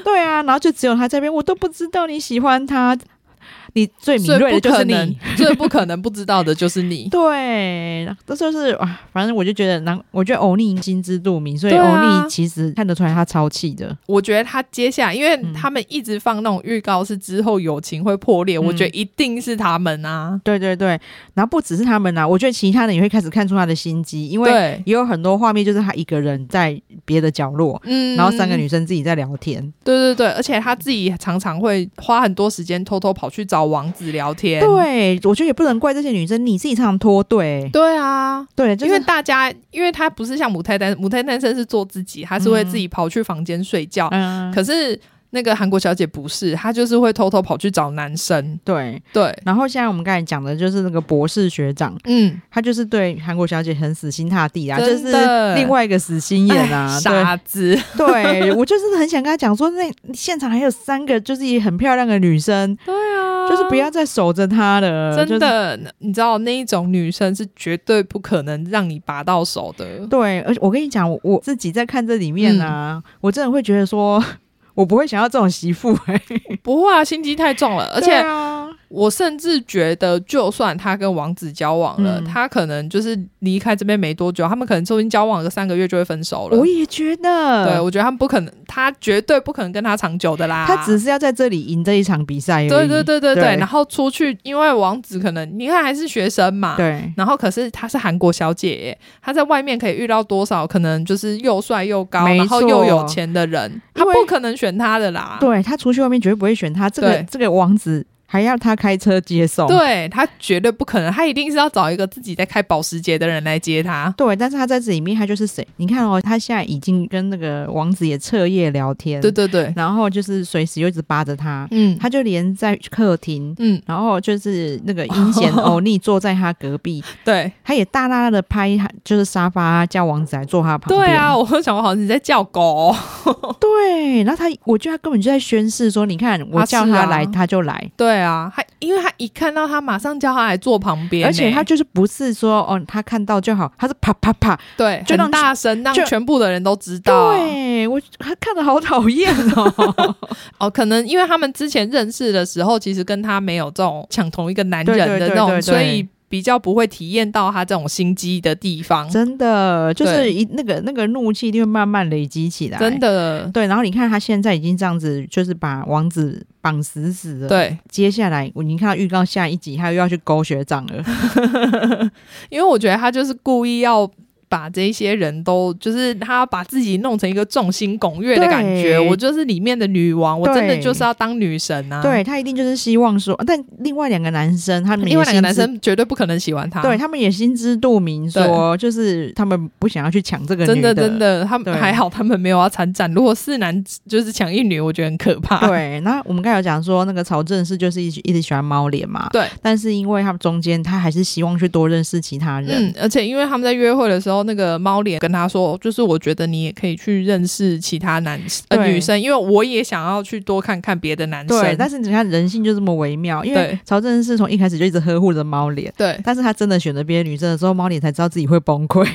S1: 对啊，然后就只有他这边，我都不知道你喜欢他。你最敏
S2: 最
S1: 锐的
S2: 不
S1: 就
S2: 可
S1: 是你，
S2: 能， 最不可能不知道的就是你。
S1: 对，这就是啊，反正我就觉得难，我觉得欧尼心知肚明，所以
S2: 对
S1: 欧
S2: 啊
S1: 尼其实看得出来他超气的。
S2: 我觉得他接下来，因为
S1: 嗯
S2: 他们一直放那种预告是之后友情会破裂，
S1: 嗯
S2: 我觉得一定是他们啊。
S1: 对对对，然后不只是他们啦、我觉得其他人也会开始看出他的心机，因为
S2: 对，
S1: 也有很多画面就是他一个人在别的角落，
S2: 嗯
S1: 然后三个女，生自己在聊天。
S2: 对对对，而且他自己常常会花很多时间偷偷跑去找王子聊天。，
S1: 对，我觉得也不能怪这些女生，你自己常常脱队。
S2: 对啊。
S1: 对，就
S2: 因为
S1: 是
S2: 大家，因为他不是像母胎单母胎单身是做自己，他是会
S1: 嗯
S2: 自己跑去房间睡觉。
S1: 嗯，
S2: 可是那个韩国小姐不是，她就是会偷偷跑去找男生。
S1: 对。
S2: 对，
S1: 然后现在我们刚才讲的就是那个博士学长，
S2: 嗯，
S1: 他就是对韩国小姐很死心塌地啊，就
S2: 真
S1: 是
S2: 的
S1: 另外一个死心眼啊，
S2: 哎
S1: 对。
S2: 傻子，
S1: 对我就是很想跟他讲说，那现场还有三个就是也很漂亮的女生，
S2: 对啊
S1: 就是不要再守着她了，
S2: 真
S1: 就是。
S2: 的，你知道那一种女生是绝对不可能让你拔到手的。
S1: 对，而且我跟你讲，我我自己在看这里面啊，
S2: 嗯
S1: 我真的会觉得说， 我不会想要这种媳妇、哎
S2: 不会啊，心机太重了。而
S1: 对
S2: 且
S1: 啊
S2: 我甚至觉得，就算她跟王子交往了，
S1: 嗯
S2: 她可能就是离开这边没多久，他们可能说不定交往个三个月就会分手了
S1: 我。也觉
S2: 对，
S1: 得，
S2: 我觉得他们不可能，她绝对不可能跟他长久的啦。
S1: 她只是要在这里赢这一场比赛而已。
S2: 对对对对对，
S1: 对
S2: 然后出去，因为王子可能你看还是学生嘛，
S1: 对
S2: 然后可是她是韩国小姐耶，她在外面可以遇到多少可能就是又帅又高，
S1: 没错
S2: 然后又有钱的人，她
S1: 因为
S2: 不可能选她的啦。
S1: 对，她出去外面绝对不会选她这个
S2: 对
S1: 这个王子，还要他开车接送。
S2: 对，她绝对不可能，她一定是要找一个自己在开保时捷的人来接她。
S1: 对，但是他在这里面，他就是谁？你看哦，他现在已经跟那个王子也彻夜聊天，
S2: 对对对，
S1: 然后就是随时又一直扒着他，
S2: 嗯，
S1: 他就连在客厅，
S2: 嗯，
S1: 然后就是那个阴
S2: 哦
S1: 险欧尼坐在他隔 壁，
S2: 对
S1: 他也大大的拍他就是沙发，叫王子来坐他旁边。
S2: 对啊，，我会想，好像你在叫狗，
S1: 对。然后他，我觉得他根本就在宣誓说，你看我
S2: 啊
S1: 叫
S2: 是
S1: 他
S2: 啊
S1: 来，他就来。
S2: 对啊，他因为他一看到他，马上叫他来坐旁边呢，
S1: 而且他就是不是说哦，他看到就好，他是啪啪啪。
S2: 对
S1: 就让
S2: 很大声，让
S1: 就
S2: 全部的人都知道。
S1: 对我，他看的好讨厌哦。
S2: 哦，可能因为他们之前认识的时候，其实跟他没有这种抢同一个男人
S1: 对对
S2: 的那种，
S1: 对对对
S2: 所以比较不会体验到他这种心机的地方。
S1: 真的，就是
S2: 哦对
S1: 一那个那个怒气一定会慢慢累积起来。
S2: 真的，
S1: 对，然后你看他现在已经这样子，就是把王子绑死死了。，
S2: 对，
S1: 接下来我你看到预告下一集，他又要去勾学长了。
S2: 因为我觉得他就是故意要。把这些人都，就是他把自己弄成一个众星拱月的感觉。
S1: 对
S2: 我就是里面的女王，我真的
S1: 对
S2: 就是要当女神 啊！，
S1: 对他一定就是希望说，但另外两个男生他们也
S2: 另外两个男
S1: 心知，
S2: 生绝对不可能喜欢他。
S1: 对，他们也心知肚明
S2: 对
S1: 说，就是他们不想要去抢这个
S2: 真
S1: 女
S2: 的
S1: 的
S2: 真。的，他们
S1: 对
S2: 还好，他们没有要参战。如果四男就是抢一女，我觉得很可 怕。
S1: 对，那我们刚才有讲说，那个曹正是就是一直一直喜欢猫脸嘛，
S2: 对，
S1: 但是因为他们中间他还是希望去多认识其他人，
S2: 嗯，而且因为他们在约会的时候，那个猫脸跟他说，就是我觉得你也可以去认识其他男呃
S1: 对
S2: 女生，因为我也想要去多看看别的男生。
S1: 对，但是你看人性就这么微妙，因为
S2: 对
S1: 曹正是从一开始就一直呵护着猫脸，
S2: 对
S1: 但是他真的选择别的女生的时候，猫脸才知道自己会崩溃。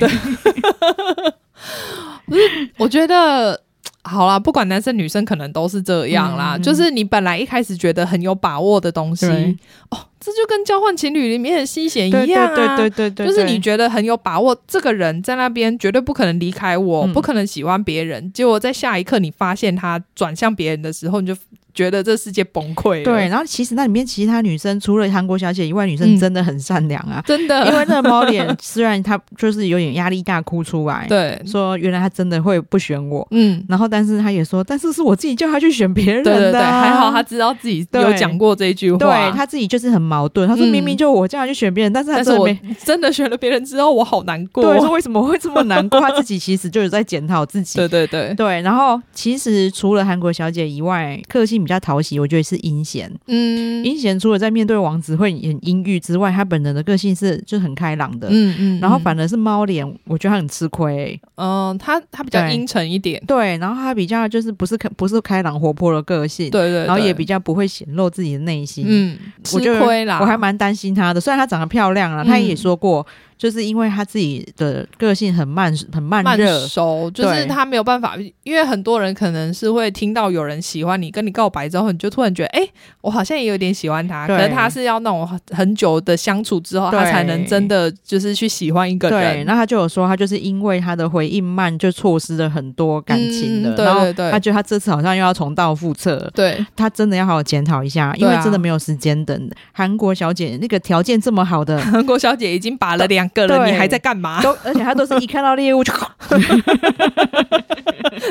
S2: 我觉得。好啦，不管男生女生，可能都是这样啦。
S1: 嗯嗯
S2: 就是你本来一开始觉得很有把握的东西，
S1: 对
S2: 哦，这就跟交换情侣里面的吸血一
S1: 对
S2: 样啊。
S1: 对对对对对，
S2: 就是你觉得很有把握，这个人在那边绝对不可能离开我，
S1: 嗯
S2: 不可能喜欢别人。结果在下一刻你发现他转向别人的时候，你就觉得这世界崩溃了。
S1: 对。，然后其实那里面其他女生除了韩国小姐以外，女生
S2: 嗯
S1: 真的很善良啊。
S2: 真
S1: 因
S2: 的，
S1: 为那个猫 脸虽然她就是有点压力大哭出来，，
S2: 嗯对，
S1: 说原来她真的会不选我，
S2: 嗯，
S1: 然后但是她也说，但是是我自己叫她去选别人
S2: 对
S1: 的啊、
S2: 对对，还好他知道自己有
S1: 对
S2: 讲过这句话。
S1: 对她自己就是很矛盾，她说
S2: 嗯
S1: 明明就我叫她去选别人，但是她
S2: 但
S1: 真
S2: 是
S1: 的
S2: 我
S1: 没
S2: 真的选了别人之后，我好难过。
S1: 对，说为什么会这么难过？他自己其实就是在检讨自己。
S2: 对对对，
S1: 对然后其实除了韩国小姐以外，个性比较讨喜，我觉得是阴险。
S2: 嗯
S1: 阴险除了在面对王子会很阴郁之外，他本人的个性是就是很开朗的。
S2: 嗯嗯，
S1: 然后反而是猫脸，我觉得他很吃亏、
S2: 嗯，他他比较
S1: 对
S2: 阴沉一点，
S1: 对，然后他比较就是不是开不是开朗活泼的个性，
S2: 对对，
S1: 然后也
S2: 对
S1: 比较不会显露自己的内心。
S2: 嗯
S1: 我
S2: 吃
S1: 就
S2: 亏啦，
S1: 我还蛮担心他的，虽然他长得漂亮了，
S2: 嗯
S1: 他也说过，就是因为他自己的个性很慢很慢
S2: 慢
S1: 热，
S2: 熟，就是
S1: 对
S2: 他没有办法，因为很多人可能是会听到有人喜欢你，跟你告白之后，你就突然觉得，哎、我好像也有点喜欢他。
S1: 对
S2: 可是他是要那种很很久的相处之后，
S1: 对
S2: 他才能真的就是去喜欢一个
S1: 对，
S2: 人。
S1: 那他就有说，他就是因为他的回应慢，就错失了很多感情的。
S2: 嗯对
S1: 然后
S2: 对对
S1: 他觉得他这次好像又要重蹈覆辙了，
S2: 对
S1: 他真的要好好检讨一下，因
S2: 对
S1: 为
S2: 啊，
S1: 真的没有时间等。韩国小姐那个条件这么好的
S2: 韩国小姐已经把了两个了，
S1: 对
S2: 你还在干嘛？
S1: 都而且她都是一看到猎物就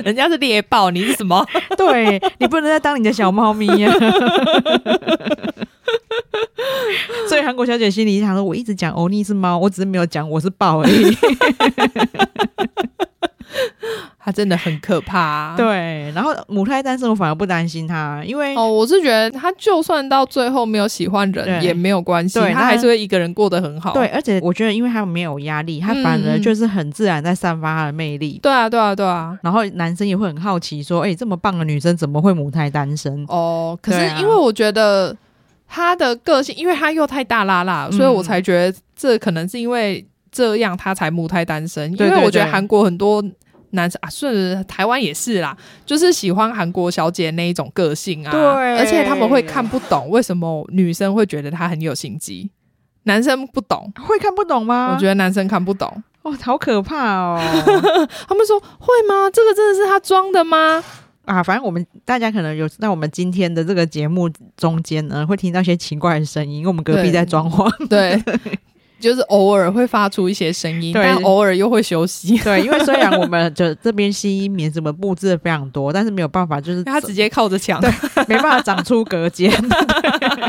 S2: 人家是猎豹，你是什么？
S1: 对你不能再当你的小猫咪呀、所以韩国小姐心里想说：“我一直讲欧尼是猫，我只是没有讲我是豹而 已。
S2: 他真的很可怕、”啊
S1: 对，然后母胎单身我反而不担心她，因为
S2: 哦，我是觉得他就算到最后没有喜欢人
S1: 对
S2: 也没有关系，
S1: 对
S2: 他
S1: 那
S2: 还是会一个人过得很好。
S1: 对，而且我觉得，因为他没有压力，他反而
S2: 嗯嗯
S1: 就是很自然在散发他的魅力。
S2: 对啊，对啊，对啊。
S1: 然后男生也会很好奇，说：“哎、这么棒的女生怎么会母胎单身
S2: 哦，可
S1: 对
S2: 是
S1: 啊
S2: 因为我觉得他的个性，因为他又太大啦啦，
S1: 嗯
S2: 所以我才觉得这可能是因为这样他才母胎单身。
S1: 对
S2: 因
S1: 对
S2: 为我觉得
S1: 对
S2: 韩国很多男生啊，是台湾也是啦，就是喜欢韩国小姐那一种个性啊。
S1: 对
S2: 而且他们会看不懂为什么女生会觉得她很有心机，男生不懂。？”
S1: 会看不懂吗？
S2: 我觉得男生看不懂，
S1: 哦，好可怕 哦！
S2: 他们说会吗？这个真的是他装的吗？
S1: 啊，反正我们大家可能有在我们今天的这个节目中间呢，会听到一些奇怪的声音，因为我们隔壁
S2: 对
S1: 在装潢。
S2: 对，就是偶尔会发出一些声 音，
S1: 对
S2: 但偶尔又会休息。
S1: 对，因为虽然我们就这边西医棉什么布置的非常多，但是没有办法，就是
S2: 因为他直接靠着墙。
S1: 对没办法长出隔间。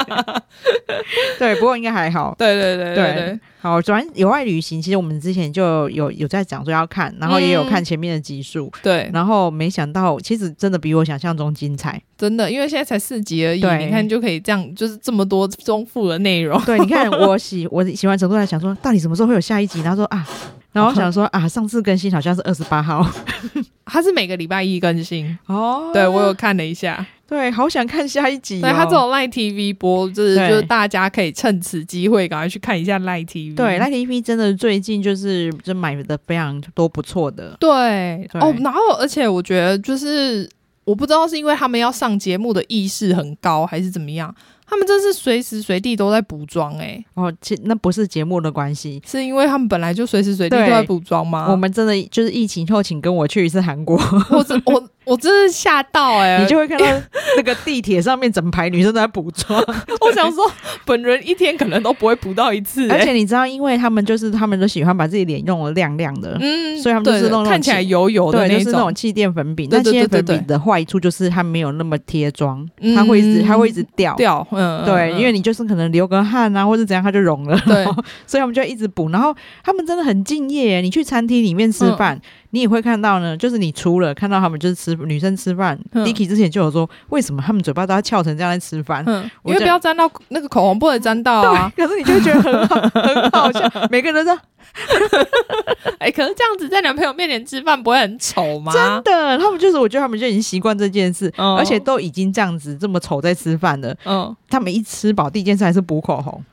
S1: 对，不过应该还好。
S2: 对对对对
S1: 对好，转有爱旅行，其实我们之前就有有在讲说要看，然后也有看前面的集数，
S2: 对，
S1: 然后没想到其实真的比我想象中精彩。
S2: 真的，因为现在才四集而已，
S1: 对
S2: 你看就可以这样，就是这么多丰富的内容。
S1: 对，你 看我喜我喜欢程度，还想说到底什么时候会有下一集，然后说啊，然后想说啊，上次更新好像是二十八号
S2: 它是每个礼拜一更新，
S1: 哦
S2: 对我有看了一下。
S1: 对，好想看下一集、哦。
S2: 对，它这种赖 TV 播，就是
S1: 对
S2: 就是大家可以趁此机会赶快去看一下赖 TV。
S1: 对，那 T P 真的最近就是真买的非常多不错的，
S2: 对
S1: 对
S2: 哦，然后而且我觉得就是我不知道是因为他们要上节目的意识很高，还是怎么样，他们真是随时随地都在补妆哎、
S1: 哦，其那不是节目的关系。
S2: 是因为他们本来就随时随地
S1: 对
S2: 都在补妆吗？
S1: 我们真的就是疫情后，请跟我去一次韩国，
S2: 我真我我真是吓到 哎、
S1: 你就会看到 那个地铁上面整排女生都在补妆，
S2: 我 想说，本人一天可能都不会补到一次、欸，
S1: 而且你知道，因为他们就是他们都喜欢把自己脸弄得亮亮的，
S2: 嗯
S1: 所以他们就是
S2: 对
S1: 那种
S2: 看起来油油的
S1: 对，就
S2: 一
S1: 是
S2: 种，
S1: 那种气垫粉饼。
S2: 对
S1: 但气
S2: 对
S1: 垫
S2: 对
S1: 粉
S2: 对
S1: 饼的坏处就是它没有那么贴妆，
S2: 嗯
S1: 它会一直它会一直掉。
S2: 掉，嗯，
S1: 对，
S2: 嗯
S1: 因为你就是可能流个汗啊，或者怎样，它就融了。
S2: 对
S1: 所以我们就一直补。然后他们真的很敬业，你去餐厅里面吃饭，
S2: 嗯
S1: 你也会看到呢，就是你除了看到他们就是吃女生吃饭、
S2: 嗯
S1: d i k i 之前就有说，为什么他们嘴巴都要翘成这样在吃饭？
S2: 嗯，
S1: 我
S2: 因为
S1: 这
S2: 不要沾到那个口红，不能沾到 啊，
S1: 可是你就会觉得很好， 很好笑，每个人都说
S2: 哎、可是这样子在男朋友面前吃饭不会很丑吗？
S1: 真的，他们就是我觉得他们就已经习惯这件事，
S2: 嗯
S1: 而且都已经这样子这么丑在吃饭了，
S2: 嗯。
S1: 他们一吃饱第一件事还是补口红。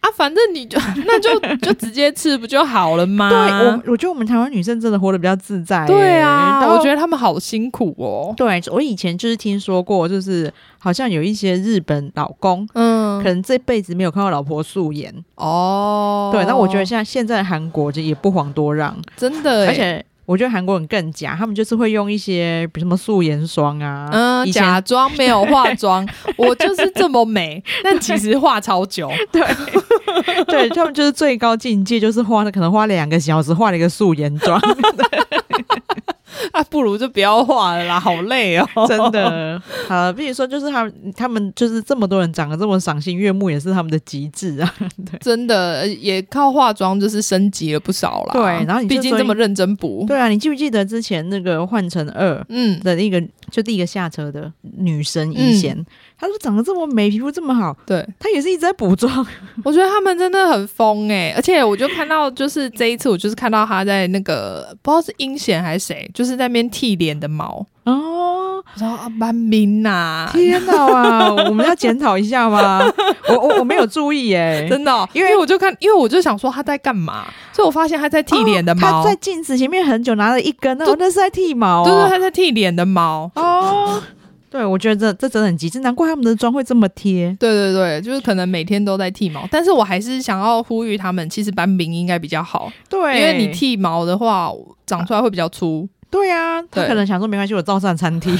S2: 啊，反正你就 那就就直接吃不就好了吗？
S1: 对我，我觉得我们台湾女生真的活得比较自在、
S2: 啊对啊，
S1: 然后
S2: 我觉得他们好辛苦哦。
S1: 对我以前就是听说过，就是好像有一些日本老公。
S2: 嗯
S1: 可能这辈子没有看到老婆素颜，
S2: 哦，
S1: 对。那我觉得像现在韩国就也不遑多让，
S2: 真的欸，
S1: 而且我觉得韩国人更假，他们就是会用一些比如什么素颜霜啊，
S2: 嗯，
S1: 以前
S2: 假装没有 化妆，我就是这么美，但其实化超久。
S1: 对他们就是最高境界，就是花了可能花两个小时画了一个素颜 妆，
S2: 啊，不如就不要画了啦，好累哦，
S1: 真。的。好了，比如说就是他们他们就是这么多人长得这么赏心悦目，也是他们的极致啊。
S2: 真的呃也靠化妆，就是升级了不少啦。
S1: 对然后你就
S2: 毕竟
S1: 所以
S2: 这么认真补，
S1: 对啊，你记不记得之前那个《换乘二》
S2: 嗯，
S1: 的那个就第一个下车的女神一贤，她说长得这么美，皮肤这么好，
S2: 对，
S1: 她也是一直在补妆。
S2: 我觉得他们真的很疯哎、而且我就看到，就是这一次，我就是看到他在那个不知道是阴险还是谁，就是在那边剃脸的毛，
S1: 哦，
S2: 我说啊，班明啊呐，
S1: 天哪 哇，我们要检讨一下吗？我我我没有注意耶、
S2: 真的哦、
S1: 因
S2: 因
S1: 为
S2: 为我就看，因为我就想说他在干嘛，所以我发现他在剃脸的啊毛，
S1: 哦他在镜子前面很久，拿了一根，那
S2: 对
S1: 哦那是在剃毛
S2: 对对，
S1: 哦。
S2: 他在剃脸的毛。
S1: 哦，对，我觉得这这真的很极致，难怪他们的妆会这么贴。
S2: 对对对，就是可能每天都在剃毛，但是我还是想要呼吁他们，其实斑饼应该比较好，
S1: 对
S2: 因为你剃毛的话，长出来会比较粗，
S1: 对啊，他
S2: 对
S1: 可能想说没关系，我照上 餐厅。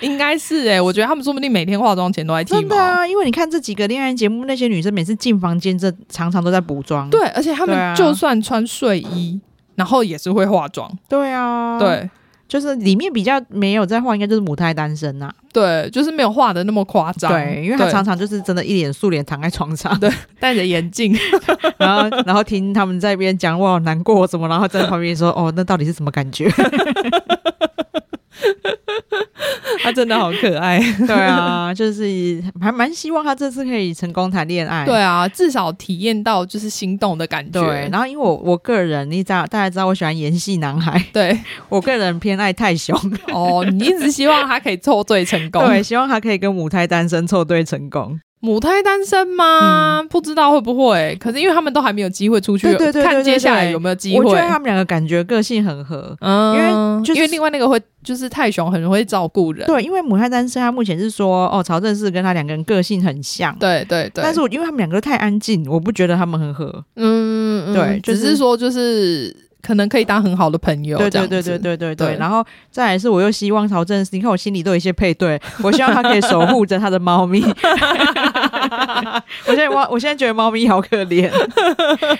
S2: 应该是哎、我觉得他们说不定每天化妆前都在剃
S1: 真
S2: 毛
S1: 的，啊，因为你看这几个恋爱节目，那些女生每次进房间，这常常都在补妆。
S2: 对，而且他
S1: 对啊
S2: 们就算穿睡衣，然后也是会化妆，
S1: 对啊，，
S2: 对
S1: 就是里面比较没有在画，应该就是母胎单身呐、
S2: 对，就是没有化的那么夸张，
S1: 对，因为她常常就是真的一脸素脸躺在床上，
S2: 戴着眼镜，
S1: 然后然后听他们在一边讲我好难过什么，然后在旁边说哦，那到底是什么感觉？
S2: 他真的好可爱。
S1: 对啊，就是还蛮希望他这次可以成功谈恋爱。
S2: 对啊，至少体验到就是心动的感觉。
S1: 对，然后因为我我个人，你知道大家知道我喜欢演戏男孩，
S2: 对
S1: 我个人偏爱泰雄，
S2: 哦，你一直希望他可以凑对成功。
S1: 对，，希望他可以跟母胎单身凑对成功。
S2: 母胎单身吗？不知道会不会？可是因为他们都还没有机会出
S1: 嗯
S2: 去，
S1: 对对对对
S2: 看接下
S1: 对
S2: 来
S1: 对
S2: 有没有机
S1: 我
S2: 会
S1: 觉。得他们两个感觉个性很合。
S2: 嗯，
S1: 就是
S2: 因为另外那个会就是泰雄很会照顾人。
S1: 对，因为母胎单身，他目前是说哦，曹正奭跟他两个人个性很像，
S2: 对对对，
S1: 但是我因为他们两个都太安静，我不觉得他们很合。
S2: 嗯嗯
S1: 对就
S2: 只
S1: 是
S2: 是说就是可能可以当很好的朋友。
S1: 对
S2: 这
S1: 对
S2: 样
S1: 对
S2: 子
S1: 对对对对。
S2: 对
S1: 然后再来是，我又希望曹正奭，你看我心里都有一些配对，我希望他可以守护着他的猫咪。 我现在我我现在觉得猫咪好可怜，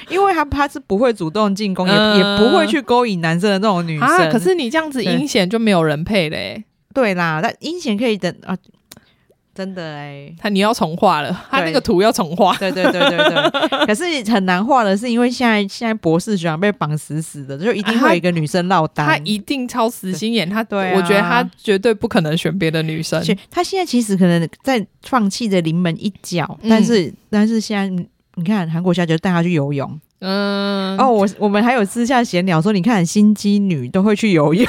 S1: 因为他他是不会主动进攻，也、
S2: 嗯
S1: 也不会去勾引男生的那种女生。
S2: 啊，可是你这样子
S1: 对
S2: 阴险就没有人配嘞、
S1: 对啦，但阴险可以等啊，真的哎、
S2: 他你要重画了，他
S1: 对
S2: 那个图要重画。
S1: 对对对对对，可是很难画的是，因为现在现在博士学长被绑死死的，就一定会有一个女生落单。
S2: 他一定超死心眼，他
S1: 对啊
S2: 我觉得他绝对不可能选别的女生。
S1: 且他现在其实可能在放弃着临门一脚，
S2: 嗯
S1: 但是但是现在。你看韩国小姐就带他去游泳、
S2: 嗯，
S1: 哦，
S2: 哦，
S1: 我我们还有私下闲聊说，你看心机女都会去游泳，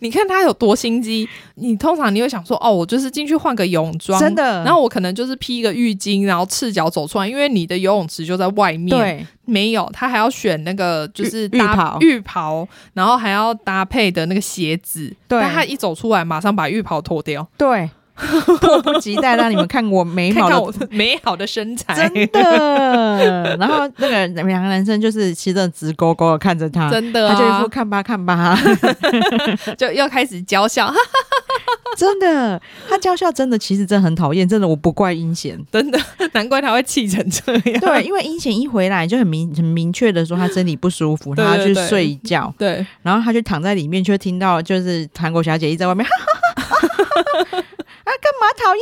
S2: 你看他有多心机。你通常你会想说，哦，我就是进去换个泳 装，
S1: 真。的。
S2: 然后我可能就是披一个浴巾，然后赤脚走出来，因为你的游泳池就在外面。，
S1: 对
S2: 没有，他还要选那个就是
S1: 浴浴
S2: 搭
S1: 袍
S2: 浴袍，然后还要搭配的那个鞋子。
S1: 对
S2: 但他一走出来，马上把浴袍脱掉，
S1: 对，迫不及待让你们看我美
S2: 看
S1: 好
S2: 看
S1: 的
S2: 我 美好的身材，
S1: 真的。 然后那个两个男生就是骑着直勾勾的看着他，
S2: 真的
S1: 他就一
S2: 啊
S1: 副，看吧看吧，
S2: 就又开始娇笑， 哈。
S1: 真的，他娇笑真的其实真的很讨厌，真的我不怪阴险
S2: 真的，难怪他会气成这 样。
S1: 对，因为阴险一回来就很明很明确的说他身体不舒服，
S2: 对
S1: 他要去
S2: 对对
S1: 睡一觉，
S2: 对，
S1: 然后他就躺在里面，却听到就是韩国小姐一直在外面，哈 哈哈哈哈哈啊干嘛讨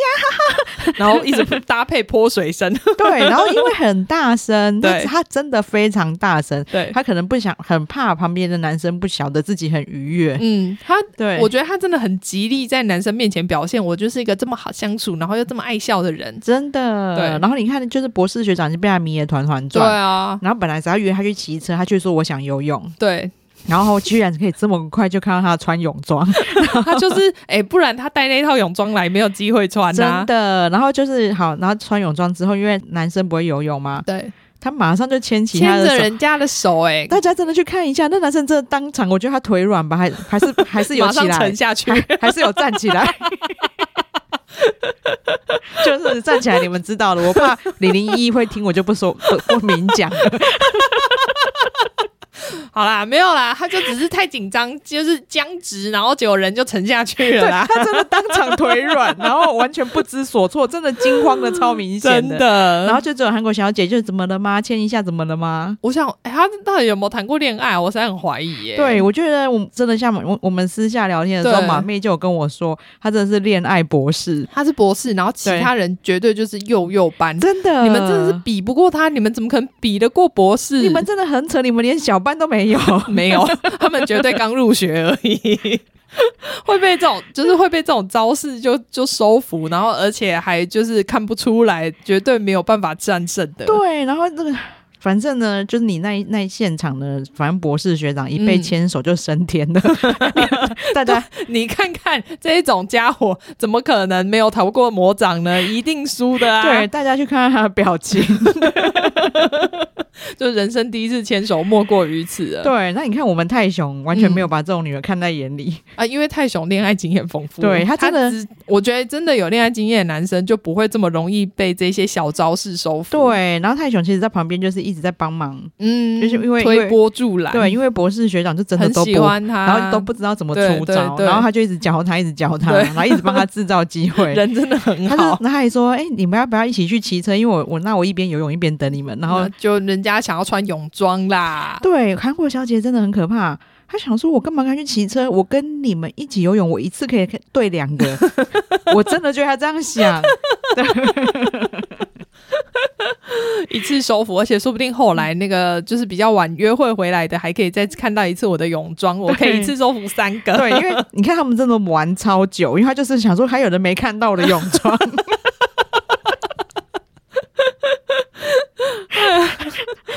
S1: 厌？
S2: 然后一直搭配泼水声，
S1: 对，然后因为很大声，他
S2: 对
S1: 他真的非常大声，
S2: 对，
S1: 他可能不想很怕旁边的男生不晓得自己很愉悦，
S2: 嗯，他
S1: 对，
S2: 我觉得他真的很极力在男生面前表现，我就是一个这么好相处，然后又这么爱笑的人。
S1: 真的，
S2: 对
S1: 然后你看，就是博士学长就被他迷得团团
S2: 对
S1: 转。
S2: 啊，
S1: 然后本来只要约他去骑车，他却说我想游泳，
S2: 对
S1: 然后居然可以这么快就看到他穿泳装，
S2: 他就是 哎、不然他带那套泳装来没有机会穿啊
S1: 真。的。然后就是好，然后穿泳装之后，因为男生不会游泳嘛，
S2: 对，
S1: 他马上就牵起
S2: 牵
S1: 他的
S2: 着
S1: 手。
S2: 人家的手、哎，
S1: 大家真的去看一下，那男生真的当场，我觉得他腿软吧，还还是还是有
S2: 马
S1: 起
S2: 上
S1: 来
S2: 沉，下去。
S1: 还还是有站起来，就是站起来。你们知道了，我怕零零一会听，我就不说不不明讲了。
S2: 好啦，没有啦，他就只是太紧张，就是僵直，然后结果人就沉下去了啦。
S1: 他真的当场腿软，然后完全不知所措，真的惊慌的超明显
S2: 真
S1: 的。
S2: 的，
S1: 然后就只有韩国小姐，就是怎么了吗？牵一下怎么了吗？
S2: 我想，哎、他到底有没有谈过恋爱？啊我实在很怀疑耶、
S1: 对，我觉得我们真的像我我们私下聊天的时候，
S2: 对
S1: 马妹就有跟我说，她真的是恋爱博士，
S2: 他是博士，然后其
S1: 对
S2: 他人绝对就是幼幼班。
S1: 真的，
S2: 你们真的是比不过他，你们怎么可能比得过博士？
S1: 你们真的很扯，你们连小班都没有。
S2: 没 有，他们绝对刚入学而已。 会被这种，就是会被这种招式就就收服，然后而且还就是看不出来，绝对没有办法战胜 的。
S1: 对，然后那个反正呢，就是你那一那一现场呢，反正博士学长一被
S2: 嗯
S1: 牵手就升天 了，大家
S2: 你看看这一种家伙，怎么可能没有逃过魔掌 呢？一定输的啊！
S1: 对，大家去看看他的表 情。
S2: 就人生第一次牵手，莫过于此啊了。
S1: 对，那你看我们泰雄完全
S2: 嗯
S1: 没有把这种女人看在眼里，
S2: 啊，因为泰雄恋爱经验丰富，
S1: 对他
S2: 他
S1: 真的
S2: 只，我觉得真的有恋爱经验的男生就不会这么容易被这些小招式收服。，
S1: 对。然后泰雄其实在旁边就是一直在帮忙，
S2: 嗯，
S1: 就是因为
S2: 推波助澜，
S1: 对，因为博士学长就真的
S2: 啊很
S1: 都
S2: 喜
S1: 不。
S2: 欢他，
S1: 然后都不知道怎么
S2: 对
S1: 出
S2: 啊对
S1: 招，
S2: 对
S1: 然后他就一直教他，一直教他，
S2: 对
S1: 然后一直帮他制造机会。
S2: 人真的很
S1: 他就
S2: 好。
S1: 然后还说：“哎、你们要不要一起去骑车？因为我我那我一边游泳一边等你们。”然后、
S2: 那就人家想要穿泳装啦，
S1: 对韩国小姐真的很可怕，她想说：“我干嘛跟她去骑车？我跟你们一起游泳，我一次可以对两个。” 我真的觉得她这样想，
S2: 一次收服，而且说不定后来那个 就是比较晚约会回来的，还可以再看到一次我的泳装，我可以一次收服三 个。
S1: 对，因为你看他们真的玩超久，因为他就是想说还有人没看到我的泳 装。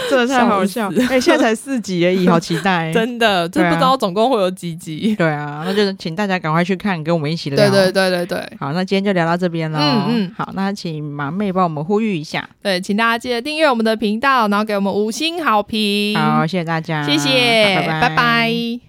S1: 真的太好笑！哎、现在才四集而已，好期待！
S2: 真的，这
S1: 对啊
S2: 不知道总共会有几集。
S1: 对啊，那就是请大家赶快去看，跟我们一起
S2: 对啊
S1: 聊。
S2: 对对对对
S1: 好，那今天就聊到这边喽。
S2: 嗯嗯
S1: 好，那请马妹帮我们呼吁一下。
S2: 对，请大家记得订阅我们的频道，然后给我们五星好评。
S1: 好，谢谢大家，
S2: 嗯谢谢，
S1: 好拜
S2: 拜拜